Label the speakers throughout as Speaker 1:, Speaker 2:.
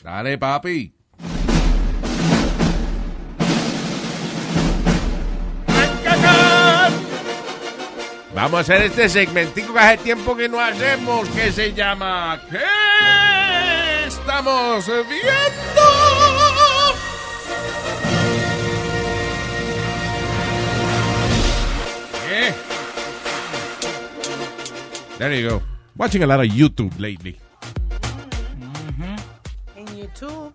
Speaker 1: Dale, papi. Vamos a hacer este segmentico que hace tiempo que no hacemos, que se llama ¿Qué estamos viendo? Yeah. There you go. Watching a lot of YouTube lately.
Speaker 2: En YouTube,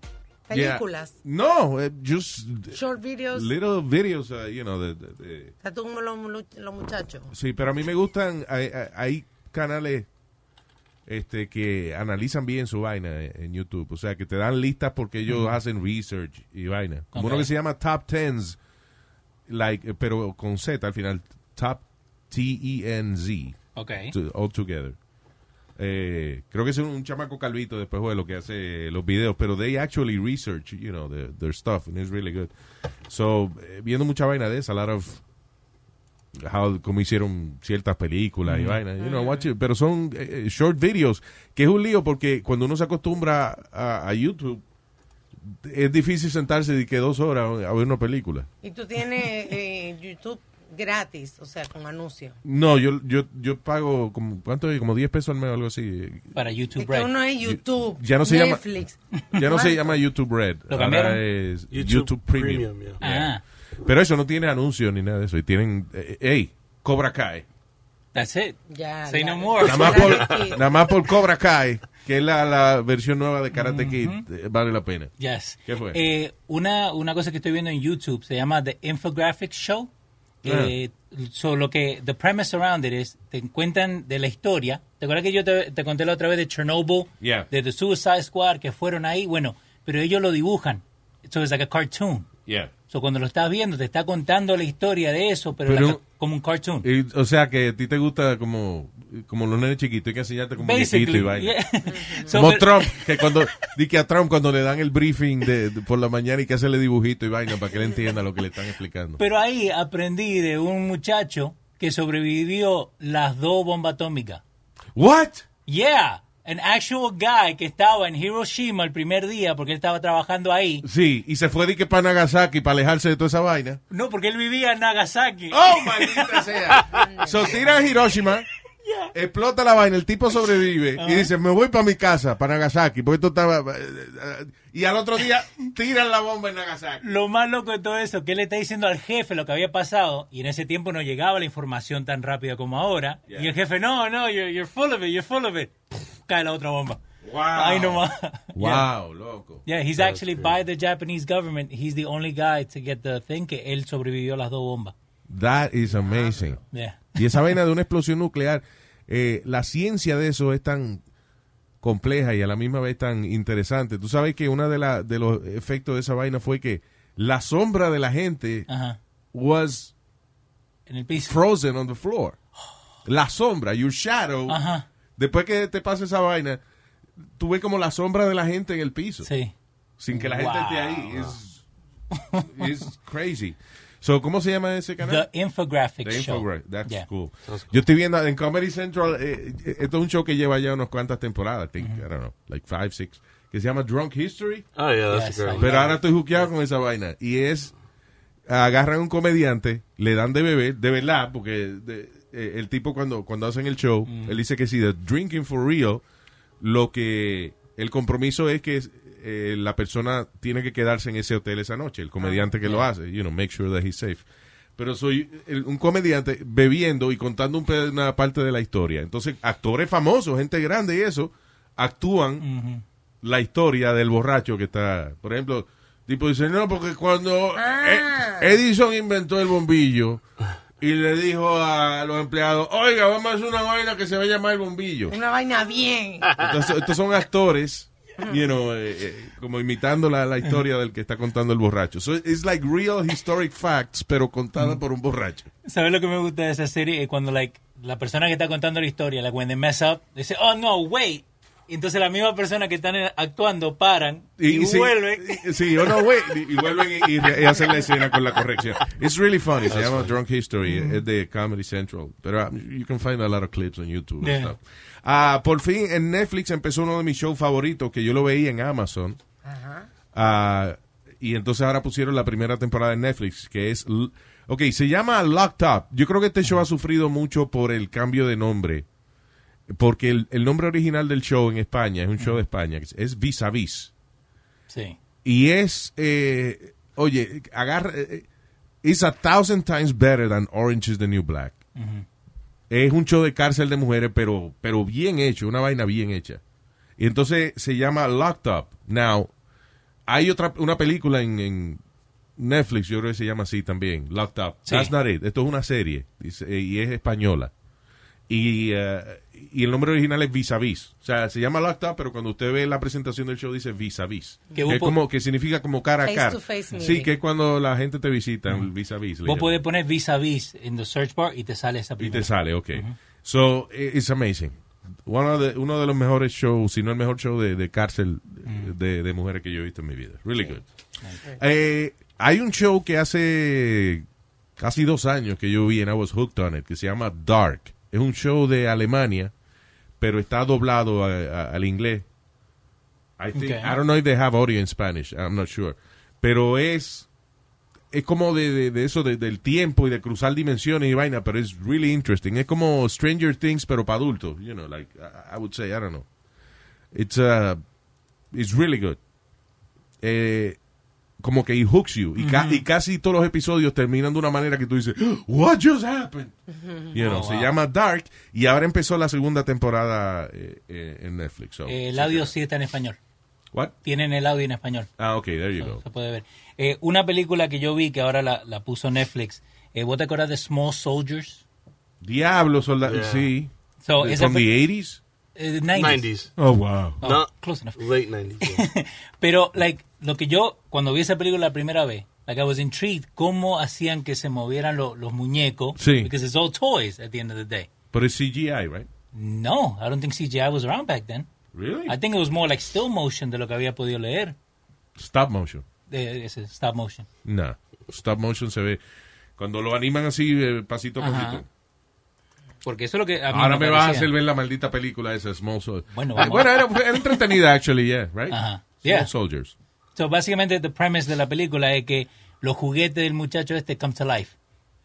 Speaker 1: Yeah.
Speaker 2: películas,
Speaker 1: No, eh, just
Speaker 2: short videos,
Speaker 1: little videos, uh, you know, the- the- the-
Speaker 2: o sea, tú como los, mu- los muchachos.
Speaker 1: Sí, pero a mí me gustan, hay, hay- hay canales este que analizan bien su vaina en YouTube, o sea, que te dan listas porque ellos hacen research y vaina. Como
Speaker 3: Ok.
Speaker 1: uno que se llama Top Tens, like, eh, pero con Z al final, Top E T-E-N-Z,
Speaker 3: Ok.
Speaker 1: to- all together. Eh, creo que es un chamaco calvito después de lo que hace los videos, pero they actually research, you know, their, their stuff, and it's really good. So, eh, viendo mucha vaina de esa, a lot of how, cómo hicieron ciertas películas y vainas, you know, watch it, pero son eh, eh, short videos, que es un lío porque cuando uno se acostumbra a, a YouTube, es difícil sentarse de que dos horas a ver una película.
Speaker 2: Y tú tienes eh, YouTube gratis, o sea, con anuncios.
Speaker 1: No, yo, yo, yo pago, como, ¿cuánto es? Como 10 pesos al mes o algo así.
Speaker 3: Para
Speaker 2: Es
Speaker 3: YouTube
Speaker 2: que
Speaker 3: Red.
Speaker 2: uno es YouTube,
Speaker 1: Ya no se llama-
Speaker 2: Netflix.
Speaker 1: Ya no se llama YouTube Red.
Speaker 3: Lo cambiaron.
Speaker 1: Ahora es YouTube, Premium.
Speaker 3: Ah,
Speaker 1: Pero eso no tiene anuncios ni nada de eso. Y tienen. eh, ¡Ey! Cobra Kai.
Speaker 3: that's it.
Speaker 2: Ya,
Speaker 3: Say
Speaker 2: ya.
Speaker 3: no more.
Speaker 1: Nada más
Speaker 2: Karate
Speaker 1: por,
Speaker 2: Kid.
Speaker 1: nada más por Cobra Kai, que es la, la versión nueva de Karate Kid, eh, vale la pena.
Speaker 3: Yes.
Speaker 1: ¿Qué fue?
Speaker 3: Eh, una, una cosa que estoy viendo en YouTube se llama The Infographic Show. Eh,
Speaker 1: Ah.
Speaker 3: so, lo que, the premise around it is, te cuentan de la historia. ¿Te acuerdas que yo te, te conté la otra vez de Chernobyl?
Speaker 1: Yeah.
Speaker 3: De The Suicide Squad que fueron ahí. Bueno, pero ellos lo dibujan. So, it's like a cartoon.
Speaker 1: Yeah.
Speaker 3: So, cuando lo estás viendo, te está contando la historia de eso, pero,
Speaker 1: Pero-
Speaker 3: la- como un cartoon.
Speaker 1: Y, o sea que a ti te gusta como, como los nenes chiquitos, hay que enseñarte como muñequito y vaina.
Speaker 3: yeah. So,
Speaker 1: Como
Speaker 3: pero-
Speaker 1: Trump, que cuando, di que a Trump cuando le dan el briefing de, de- por la mañana y que hacerle dibujito y vaina para que él entienda lo que le están explicando.
Speaker 3: Pero ahí aprendí de un muchacho que sobrevivió las dos bombas atómicas.
Speaker 1: What?
Speaker 3: Yeah, an actual guy que estaba en Hiroshima el primer día porque él estaba trabajando ahí.
Speaker 1: Sí, y se fue di que para Nagasaki para alejarse de toda esa vaina.
Speaker 3: No, porque él vivía en Nagasaki.
Speaker 1: ¡Oh, maldita sea! so tira a Hiroshima, explota la vaina, el tipo sobrevive y dice, me voy para mi casa, para Nagasaki, porque esto estaba... eh, eh, Y al otro día tiran la bomba en Nagasaki.
Speaker 3: Lo más loco de todo eso, que él le está diciendo al jefe lo que había pasado, y en ese tiempo no llegaba la información tan rápida como ahora,
Speaker 1: Yeah.
Speaker 3: y el jefe, no, no, you're, you're full of it, you're full of it. Pff, cae la otra bomba.
Speaker 1: Wow.
Speaker 3: Ahí nomás.
Speaker 1: Wow,
Speaker 3: Yeah.
Speaker 1: loco.
Speaker 3: Yeah, he's actually by the Japanese government. He's the only guy to get the thing que él sobrevivió las dos bombas.
Speaker 1: That is amazing.
Speaker 3: Yeah.
Speaker 1: Y esa vaina de una explosión nuclear, eh, la ciencia de eso es tan compleja y a la misma vez tan interesante. Tú sabes que uno de, la- de los efectos de esa vaina fue que la sombra de la gente
Speaker 3: Ajá.
Speaker 1: was
Speaker 3: Uh-huh. En el piso.
Speaker 1: frozen on the floor. La sombra, your shadow.
Speaker 3: Ajá.
Speaker 1: Después que te pasa esa vaina, tú ves como la sombra de la gente en el piso.
Speaker 3: Sí.
Speaker 1: Sin que la
Speaker 3: Wow.
Speaker 1: gente esté ahí. Es it's crazy. So, ¿Cómo se llama ese canal?
Speaker 3: The infographic
Speaker 1: The
Speaker 3: show.
Speaker 1: Infograph, that's
Speaker 3: Yeah.
Speaker 1: cool. Yo estoy viendo en Comedy Central, eh, eh, esto es un show que lleva ya unas cuantas temporadas, I think, I don't know, like five, six, que se llama Drunk History,
Speaker 4: Oh yeah, that's
Speaker 3: Yes,
Speaker 4: a
Speaker 3: I
Speaker 4: great one.
Speaker 1: pero ahora estoy juqueado con esa vaina. Y es, agarran a un comediante, le dan de beber, de verdad, porque de- eh, el tipo cuando, cuando hacen el show, él dice que si de drinking for real, lo que, el compromiso es que eh, la persona tiene que quedarse en ese hotel esa noche, el comediante que lo hace, you know, make sure that he's safe. Pero soy el- un comediante bebiendo y contando un pe- una parte de la historia. Entonces, actores famosos, gente grande y eso, actúan la historia del borracho que está. Por ejemplo, tipo dice, no, porque cuando
Speaker 2: Ah.
Speaker 1: E- Edison inventó el bombillo y le dijo a los empleados, oiga, vamos a hacer una vaina que se va a llamar el bombillo.
Speaker 2: Una vaina bien.
Speaker 4: Ah.
Speaker 1: Entonces, estos son actores, you know, eh, eh, como imitando la, la historia del que está contando el borracho. So it's like real historic facts, pero contada por un borracho.
Speaker 3: ¿Sabes lo que me gusta de esa serie? Eh, Cuando like, la persona que está contando la historia, like when they mess up, dice, oh no, wait. Y Entonces la misma persona que están eh, actuando paran y,
Speaker 1: sí,
Speaker 3: vuelven.
Speaker 1: y- Sí, o no, güey. Y, y vuelven y, y re- y hacen la escena con la corrección. It's really funny. Se llama Drunk History. Es de Comedy Central. Pero um, you can find a lot of clips on YouTube. and
Speaker 3: Yeah.
Speaker 1: stuff. Ah, por fin en Netflix empezó uno de mis shows favoritos que yo lo veía en Amazon. Ah, y entonces ahora pusieron la primera temporada de Netflix, que es... L- Ok, se llama Locked Up. Yo creo que este show ha sufrido mucho por el cambio de nombre. Porque el, el nombre original del show en España, es un show de España, es Vis a Vis.
Speaker 3: Sí.
Speaker 1: Y es, eh, oye, agarra, eh, it's a thousand times better than Orange is the New Black. Es un show de cárcel de mujeres, pero, pero bien hecho, una vaina bien hecha. Y entonces se llama Locked Up. Now, hay otra, una película en, en Netflix, yo creo que se llama así también, Locked Up.
Speaker 3: Sí.
Speaker 1: That's not it. Esto es una serie dice, eh, y es española. Y, eh, y el nombre original es Vis a Vis. O sea, se llama Locked Up, pero cuando usted ve la presentación del show dice Vis a Vis.
Speaker 3: Que
Speaker 1: Que,
Speaker 3: vos
Speaker 1: es
Speaker 3: po-
Speaker 1: como, que significa como cara a
Speaker 2: Face
Speaker 1: cara.
Speaker 2: to face meeting.
Speaker 1: sí, que es cuando la gente te visita, el vis a vis. le
Speaker 3: Vos
Speaker 1: llaman.
Speaker 3: podés poner vis a vis en the search bar y te sale esa
Speaker 1: Y
Speaker 3: primera.
Speaker 1: te sale, ok. So, i- it's amazing. One of the- uno de los mejores shows, si no el mejor show de, de cárcel de, de mujeres que yo he visto en mi vida. Really good. Eh, hay un show que hace casi dos años que yo vi en I Was Hooked on It, que se llama Dark. Es un show de Alemania, pero está doblado a- a- al inglés. I think,
Speaker 3: Ok.
Speaker 1: I don't know if they have audio in Spanish, I'm not sure. Pero es es como de, de- de eso, de- del tiempo y de cruzar dimensiones y vaina, pero es really interesting. Es como Stranger Things, pero para adultos, you know, like, I, I would say, I don't know. It's, uh, it's really good. Eh, como que it hooks you. Y, ca- y casi todos los episodios terminan de una manera que tú dices, what just happened? You know,
Speaker 3: Oh,
Speaker 1: se
Speaker 3: wow.
Speaker 1: llama Dark y ahora empezó la segunda temporada eh, eh, en Netflix. so-
Speaker 3: Eh, el audio sí está en español.
Speaker 1: What?
Speaker 3: Tienen el audio en español.
Speaker 1: Ah, ok, there you go.
Speaker 3: Se puede ver. Eh, una película que yo vi que ahora la, la puso Netflix. Eh, ¿Vos te acordás de Small Soldiers?
Speaker 1: Diablo, soldado.
Speaker 4: Yeah.
Speaker 1: Sí.
Speaker 3: So, esa
Speaker 1: From
Speaker 3: pe-
Speaker 1: the 80s?
Speaker 3: eh, 90s.
Speaker 4: 90s.
Speaker 1: Oh, wow.
Speaker 3: Oh,
Speaker 4: No.
Speaker 3: Close enough.
Speaker 4: Late 90s. yeah.
Speaker 3: Pero, like, lo que yo, cuando vi esa película la primera vez, like, I was intrigued cómo hacían que se movieran lo- los muñecos.
Speaker 1: Sí.
Speaker 3: Because it's all toys at the end of the day.
Speaker 1: Pero es CGI, right?
Speaker 3: No, I don't think CGI was around back then.
Speaker 1: Really?
Speaker 3: I think it was more like still motion de lo que había podido leer.
Speaker 1: Stop motion.
Speaker 3: De ese stop motion.
Speaker 1: Nah. Stop motion se ve. Cuando lo animan así, eh, pasito a
Speaker 3: Ajá.
Speaker 1: pasito.
Speaker 3: Porque eso es lo que. a mí
Speaker 1: Ahora me vas a
Speaker 3: parecía.
Speaker 1: hacer ver la maldita película esa, Small Soldiers.
Speaker 3: Bueno,
Speaker 1: Ah,
Speaker 3: vamos.
Speaker 1: bueno era, era entretenida, actually, yeah, right?
Speaker 3: Ajá.
Speaker 1: Small
Speaker 3: Yeah.
Speaker 1: Soldiers.
Speaker 3: So, básicamente, the premise de la película es que los juguetes del muchacho este come to life.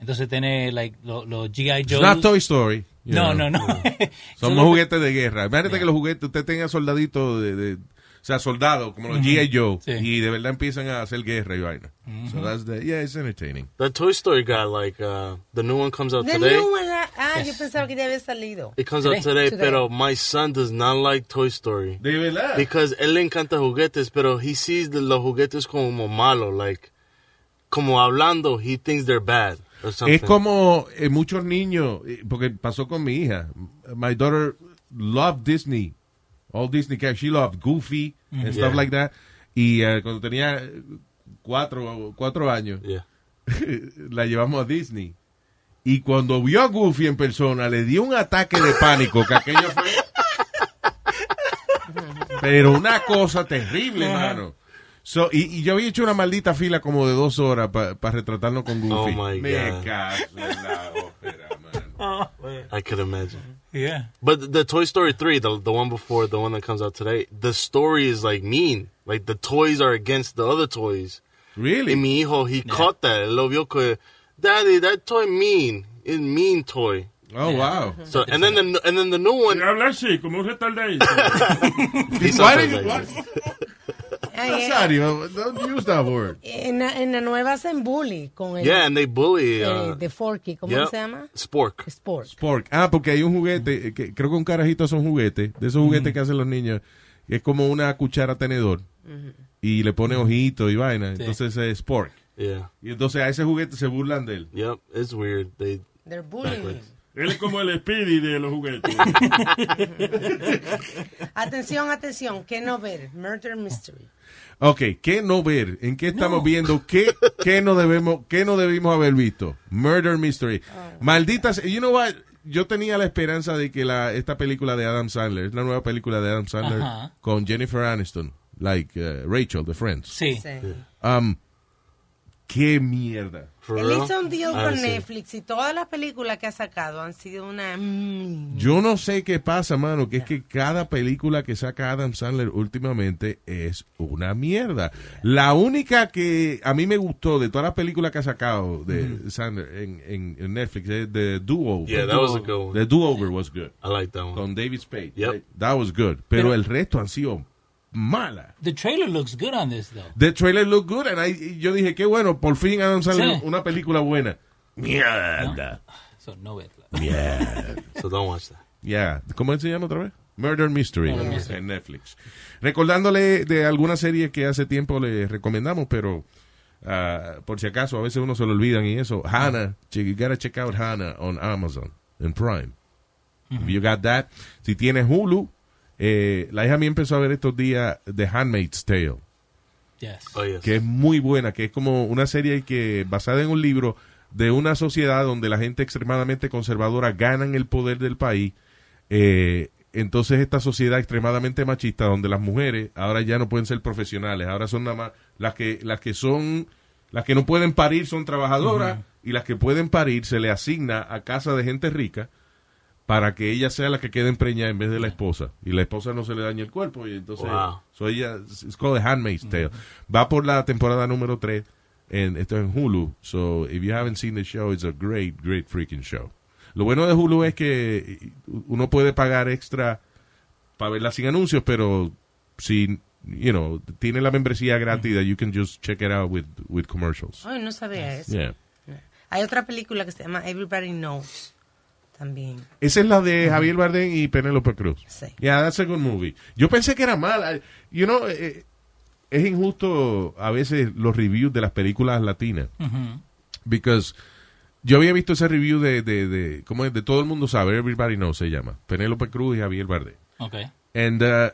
Speaker 3: Entonces, tiene like, lo- los G.I.
Speaker 1: It's
Speaker 3: Joe.
Speaker 1: not Toy Story. you
Speaker 3: No,
Speaker 1: know.
Speaker 3: no, no.
Speaker 1: Son más juguetes de guerra. Imagínate que los juguetes, usted tenga soldaditos de, de- o sea, soldados, como los G.I. Joe,
Speaker 3: Sí.
Speaker 1: y de verdad empiezan a hacer guerra y vaina. So that's the, yeah, it's entertaining.
Speaker 4: that Toy Story guy, like, uh, the new one comes out
Speaker 2: The
Speaker 4: today.
Speaker 2: new one, ah, ah, yo
Speaker 3: Yes.
Speaker 2: pensaba que ya había salido.
Speaker 4: It comes out
Speaker 3: Today.
Speaker 4: today,
Speaker 2: Today.
Speaker 4: pero my son does not like Toy Story.
Speaker 1: De verdad.
Speaker 4: Because él le encanta juguetes, pero he sees the, los juguetes como malo, like, como hablando, he thinks they're bad or something.
Speaker 1: Es como eh, muchos niños, eh, porque pasó con mi hija. My daughter loved Disney, all Disney characters. She loved Goofy and stuff
Speaker 4: Yeah.
Speaker 1: like that. Y eh, cuando tenía eh, cuatro, cuatro años,
Speaker 4: Yeah.
Speaker 1: la llevamos a Disney. Y cuando vio a Goofy en persona, le dio un ataque de pánico, que aquello fue... Pero una cosa terrible, hermano. So, y, y yo había hecho una maldita fila como de dos horas para retratarnos con Goofy.
Speaker 4: Oh, my
Speaker 1: Me
Speaker 4: God.
Speaker 1: caso en la ópera, mano.
Speaker 4: I could imagine.
Speaker 3: Yeah.
Speaker 4: But the Toy Story 3, the, the one before the one that comes out today, the story is like mean. Like the toys are against the other toys.
Speaker 1: Really?
Speaker 4: Y mi hijo, he caught that. Lo vio que, Daddy, that toy mean. It's mean toy.
Speaker 1: Oh, wow.
Speaker 4: So and then the and then the new one.
Speaker 1: Habla así, como un retardado.
Speaker 4: He's
Speaker 1: Why
Speaker 4: something
Speaker 1: did you-
Speaker 4: like
Speaker 1: what-
Speaker 2: Ay, eh,
Speaker 1: Nazario, don't use that word.
Speaker 2: en, la, en la nueva hacen bully con el
Speaker 4: Yeah, and they bully.
Speaker 2: eh,
Speaker 4: Uh,
Speaker 2: de Forky, ¿cómo
Speaker 4: yeah,
Speaker 2: se llama?
Speaker 4: Spork.
Speaker 2: Sport.
Speaker 1: Spork. Ah, porque hay un juguete, eh, que creo que un carajito son juguetes, de esos juguetes que hacen los niños, que es como una cuchara tenedor y le pone ojito y vaina. Entonces es Spork.
Speaker 4: Yeah.
Speaker 1: Y entonces a ese juguete se burlan de él.
Speaker 4: Yep. It's weird. They.
Speaker 2: They're bullying.
Speaker 1: Él es como el Speedy de los juguetes.
Speaker 2: Atención, atención, ¿qué no ver? Murder Mystery.
Speaker 1: ok, ¿qué no ver? ¿En qué estamos viendo? ¿Qué, qué, no debemos, ¿Qué no debimos haber visto? Murder Mystery. Malditas. You know what? Yo tenía la esperanza de que la, esta película de Adam Sandler, es la nueva película de Adam Sandler
Speaker 3: Ajá.
Speaker 1: con Jennifer Aniston, like uh, Rachel de Friends.
Speaker 3: Sí.
Speaker 2: Sí.
Speaker 1: Um, qué mierda.
Speaker 4: For
Speaker 2: Él
Speaker 4: real?
Speaker 2: hizo un deal
Speaker 4: Ah,
Speaker 2: con
Speaker 4: sí.
Speaker 2: Netflix y todas las películas que ha sacado han sido una... mm.
Speaker 1: Yo no sé qué pasa, mano, que es que cada película que saca Adam Sandler últimamente es una mierda. La única que a mí me gustó de todas las películas que ha sacado de Sandler en, en- en Netflix es The Do-Over.
Speaker 4: Yeah, that was a good one.
Speaker 1: The Do-Over was good.
Speaker 4: I like that one.
Speaker 1: Con David Spade.
Speaker 4: Yep.
Speaker 1: That was good. Pero, el resto han sido malas.
Speaker 3: The trailer looks good on this, though.
Speaker 1: The trailer looked good and I- yo dije, qué bueno, por fin Adam Sandler,
Speaker 3: Sí.
Speaker 1: una película buena. Mierda.
Speaker 3: So, no it.
Speaker 1: Mierda.
Speaker 4: So don't watch that.
Speaker 1: Yeah. ¿Cómo se llama otra vez? Murder Mystery,
Speaker 3: Murder Mystery.
Speaker 1: en Netflix. Recordándole de alguna serie que hace tiempo le recomendamos, pero ah, por si acaso a veces uno se lo olvidan y eso. Hannah, che- you gotta check out Hannah on Amazon en Prime. If you got that. Si tienes Hulu, eh, la hija mía empezó a ver estos días The Handmaid's Tale,
Speaker 3: Yes.
Speaker 4: Oh yes.
Speaker 1: que es muy buena, que es como una serie que basada en un libro de una sociedad donde la gente extremadamente conservadora ganan el poder del país eh, entonces esta sociedad extremadamente machista donde las mujeres ahora ya no pueden ser profesionales, ahora son nada más las que las que son las que no pueden parir son trabajadoras y las que pueden parir se le asigna a casa de gente rica para que ella sea la que quede empreñada en vez de la esposa y la esposa no se le dañe el cuerpo y entonces
Speaker 4: Wow.
Speaker 1: so ella es called The Handmaid's Tale. Va por la temporada número 3 en esto es en Hulu. So if you haven't seen the show it's a great great freaking show. Lo bueno de Hulu es que uno puede pagar extra para verla sin anuncios, pero si, you know, tiene la membresía gratis, that you can just check it out with, with commercials.
Speaker 2: Ay, no sabía eso.
Speaker 1: Yeah.
Speaker 2: Hay otra película que se llama Everybody Knows también.
Speaker 1: Esa es la de Javier Bardem y Penélope Cruz.
Speaker 2: Sí.
Speaker 1: Yeah, that's a good movie. Yo pensé que era mala. You know, eh, es injusto a veces los reviews de las películas latinas.
Speaker 3: Mm-hmm.
Speaker 1: Because yo había visto ese review de, de, de, ¿cómo es? De todo el mundo sabe, Everybody Knows se llama. Penélope Cruz y Javier Bardem.
Speaker 3: Okay.
Speaker 1: And, uh,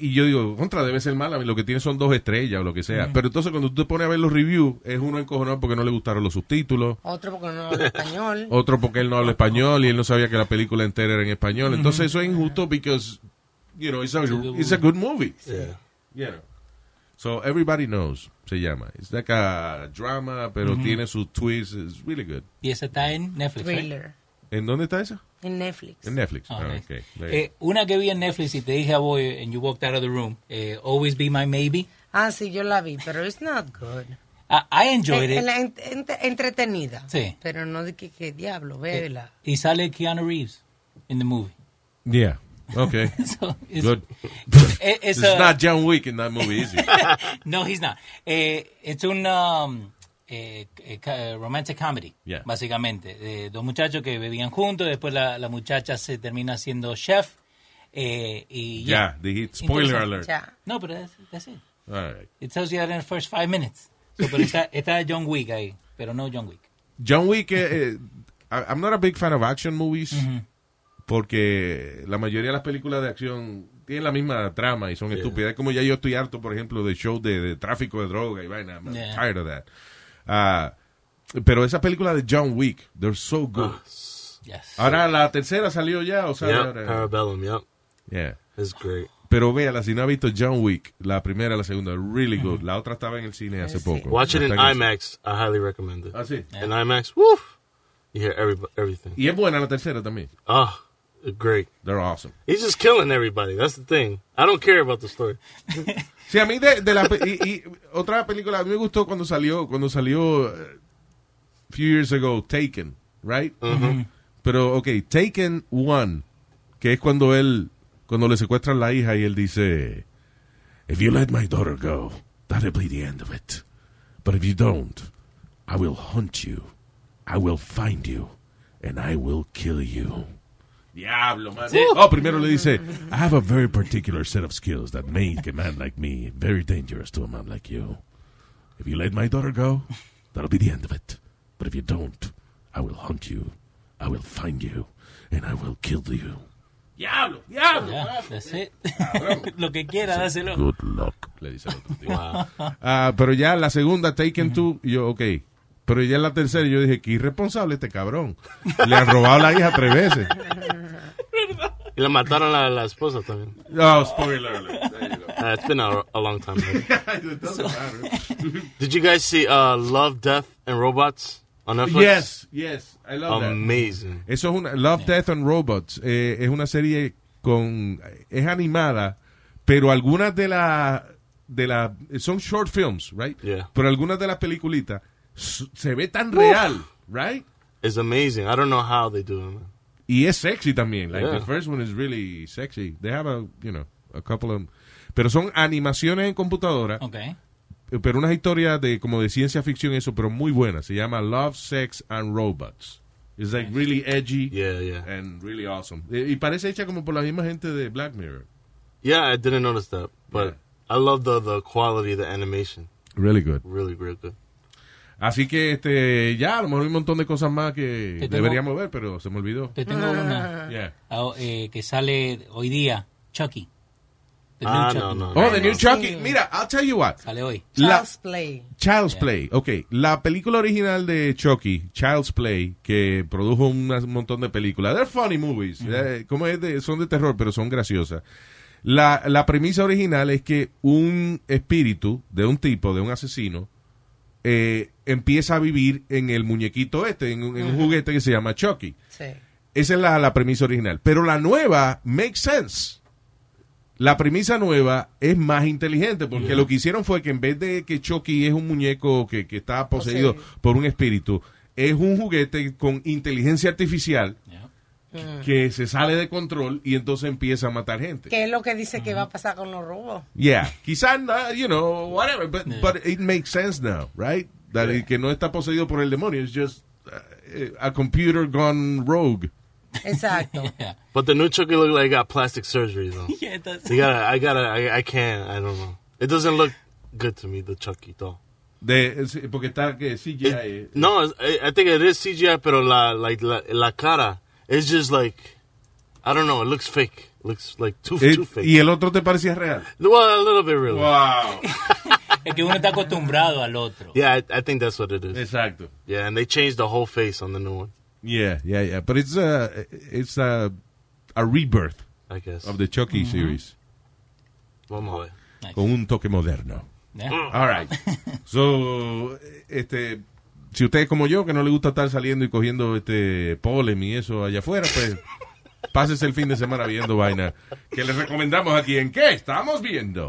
Speaker 1: y yo digo, contra, debe ser mala, lo que tiene son dos estrellas o lo que sea. Pero entonces cuando tú te pones a ver los reviews, es uno encojonado porque no le gustaron los subtítulos,
Speaker 2: Otro porque no habla español.
Speaker 1: otro porque él no habla español y él no sabía que la película entera era en español. Entonces eso es injusto because, you know, it's a, it's a good movie.
Speaker 4: Yeah.
Speaker 1: You know. So Everybody Knows se llama. It's like a drama, pero tiene sus twists. It's really good.
Speaker 3: Y esa está en Netflix. right?
Speaker 2: Thriller.
Speaker 1: ¿En dónde está esa?
Speaker 2: En Netflix.
Speaker 1: En Netflix.
Speaker 3: Oh,
Speaker 1: Ah,
Speaker 3: nice.
Speaker 1: okay.
Speaker 3: Eh, una que vi en Netflix y te dije a vos, eh, and you walked out of the room, eh, Always Be My Maybe.
Speaker 2: Ah, sí, yo la vi, pero it's not good.
Speaker 3: I, I enjoyed
Speaker 2: Eh,
Speaker 3: it.
Speaker 2: la ent- ent- entretenida.
Speaker 3: Sí.
Speaker 2: Pero no de que, que diablo, vela.
Speaker 3: Y sale Keanu Reeves in the movie.
Speaker 1: yeah. Okay.
Speaker 3: So, it's-
Speaker 1: good.
Speaker 3: it- it's
Speaker 1: It's
Speaker 3: a-
Speaker 1: not John Wick in that movie, is it?
Speaker 3: No, he's not. Eh, it's un um, eh, eh, ca- romantic comedy,
Speaker 1: Yeah.
Speaker 3: básicamente. Eh, dos muchachos que bebían juntos, después la, la muchacha se termina siendo chef. eh, y
Speaker 1: Yeah, the hit- spoiler
Speaker 3: Interesante.
Speaker 1: alert.
Speaker 2: Ya.
Speaker 3: No, pero that's, that's it.
Speaker 1: All right.
Speaker 3: It tells you that in the first five minutes. So, pero está, está John Wick ahí, pero no John Wick.
Speaker 1: John Wick, eh, eh, I- I'm not a big fan of action movies porque la mayoría de las películas de acción tienen la misma trama y son estúpidas. Como ya yo estoy harto, por ejemplo, de shows de, de tráfico de droga y vaina. I'm
Speaker 3: Yeah.
Speaker 1: tired of that. Ah, pero esa película de John Wick, they're so good.
Speaker 4: Ah,
Speaker 3: Yes.
Speaker 1: Ahora la tercera salió ya, o sea,
Speaker 4: Yep.
Speaker 1: ahora-
Speaker 4: Parabellum. Yep.
Speaker 1: Yeah.
Speaker 4: It's great.
Speaker 1: Pero véala, si no ha visto John Wick, la primera, la segunda, really good. La otra estaba en el cine hace
Speaker 2: sí.
Speaker 1: poco.
Speaker 4: Watch it in
Speaker 1: Está en el-
Speaker 4: IMAX. I highly recommend it.
Speaker 1: Ah, sí.
Speaker 4: In IMAX, woof. You hear every everything.
Speaker 1: Y es buena la tercera también.
Speaker 4: Ah, great.
Speaker 1: They're awesome.
Speaker 4: He's just killing everybody. That's the thing. I don't care about the story.
Speaker 1: Sí, a mí de, de la pe- y, y otra película a mí me gustó cuando salió cuando salió eh, few years ago Taken, right? Pero ok, Taken One, que es cuando él cuando le secuestran la hija y él dice If you let my daughter go, that'll be the end of it. But if you don't, I will hunt you. I will find you and I will kill you. Diablo, man. Oh, primero le dice, I have a very particular set of skills that make a man like me very dangerous to a man like you. If you let my daughter go, that'll be the end of it. But if you don't, I will hunt you, I will find you, and I will kill you. Diablo, diablo.
Speaker 3: Yeah, that's it. Lo que quiera, dáselo.
Speaker 1: Good luck. Le dice el otro tío.
Speaker 4: Wow.
Speaker 1: Ah, pero ya la segunda, Taken Two, y yo, ok. Pero ya en la tercera, yo dije, qué irresponsable este cabrón. Le han robado la hija tres veces.
Speaker 4: y la mataron a la esposa también.
Speaker 1: No, Oh, spoiler alert. There you go.
Speaker 4: Uh, it's been a, a long time.
Speaker 1: It doesn't matter.
Speaker 4: Did you guys see uh, Love, Death, and Robots on Netflix?
Speaker 1: Yes, yes, I love that.
Speaker 4: Amazing.
Speaker 1: Eso es una Love, Death and Robots. eh, es una serie con es animada, pero algunas de las de las son short films, right?
Speaker 4: Yeah.
Speaker 1: Pero algunas de las peliculitas s- se ve tan real, right?
Speaker 4: It's amazing. I don't know how they do it. Man.
Speaker 1: Y es sexy también. Like
Speaker 4: Yeah.
Speaker 1: the first one is really sexy. They have a, you know, a couple of pero son animaciones en computadora,
Speaker 3: Ok.
Speaker 1: eh, pero unas historias de como de ciencia ficción eso, pero muy buenas. Se llama Love, Sex and Robots. It's like really edgy.
Speaker 4: Yeah, yeah.
Speaker 1: and really awesome. Y y parece hecha como por la misma gente de Black Mirror.
Speaker 4: Yeah, I didn't notice that. But
Speaker 1: Yeah.
Speaker 4: I love the, the quality of the animation.
Speaker 1: Really good.
Speaker 4: Really, really good.
Speaker 1: Así que este ya, a lo mejor hay un montón de cosas más que
Speaker 3: Te tengo-
Speaker 1: deberíamos ver, pero se me olvidó.
Speaker 3: Te tengo una
Speaker 1: Yeah.
Speaker 3: ah, eh, que sale hoy día, Chucky. The new
Speaker 4: Ah,
Speaker 3: Chucky.
Speaker 4: no, no.
Speaker 1: Oh, The New
Speaker 4: no.
Speaker 1: Chucky. Mira, I'll tell you what.
Speaker 3: Sale hoy.
Speaker 1: La-
Speaker 2: Child's Play.
Speaker 1: Child's Play. Ok, la película original de Chucky, Child's Play, que produjo un montón de películas. They're funny movies. Eh, ¿cómo es de- son de terror, pero son graciosas. La, la premisa original es que un espíritu de un tipo, de un asesino, eh, empieza a vivir en el muñequito este, en, un- en un juguete que se llama Chucky.
Speaker 2: Sí.
Speaker 1: Esa es la, la premisa original. Pero la nueva makes sense. La premisa nueva es más inteligente porque lo que hicieron fue que en vez de que Chucky es un muñeco que, que está poseído
Speaker 2: Poseído.
Speaker 1: por un espíritu, es un juguete con inteligencia artificial
Speaker 3: Yeah.
Speaker 1: que se sale de control y entonces empieza a matar gente.
Speaker 2: ¿Qué es lo que dice que va a pasar con los robos?
Speaker 1: Yeah, quizás, no, you know, whatever, but,
Speaker 3: Yeah.
Speaker 1: but it makes sense now, right? That el que no está poseído por el demonio, es just uh, a computer gone rogue.
Speaker 2: Exacto.
Speaker 3: Yeah.
Speaker 4: But the new Chucky look like he got plastic surgery, though.
Speaker 3: Yeah, it does.
Speaker 4: You gotta, I gotta, I, I can't, I don't know. It doesn't look good to me, the Chucky doll.
Speaker 1: De, es- porque está que CGI. eh,
Speaker 4: No, it's- I, I think it is CGI, pero la, like, la, la cara, it's just like, I don't know, it looks fake. looks like too,
Speaker 1: Eh,
Speaker 4: too fake.
Speaker 1: y el otro te parecía real.
Speaker 4: Well, a little bit really.
Speaker 1: Wow.
Speaker 3: Es que uno está acostumbrado al otro.
Speaker 4: Yeah, I, I think that's what it is.
Speaker 1: Exacto.
Speaker 4: Yeah, and they changed the whole face on the new one,
Speaker 1: Yeah, yeah, yeah. But it's a, it's a, a rebirth
Speaker 4: I guess.
Speaker 1: of the Chucky series
Speaker 4: Vamos a ver.
Speaker 3: Nice.
Speaker 1: con un toque moderno.
Speaker 3: Yeah.
Speaker 1: All right. So, este, si usted es como yo, que no le gusta estar saliendo y cogiendo este polen y eso allá afuera, pues pásese el fin de semana viendo vaina que le recomendamos aquí en qué estamos viendo.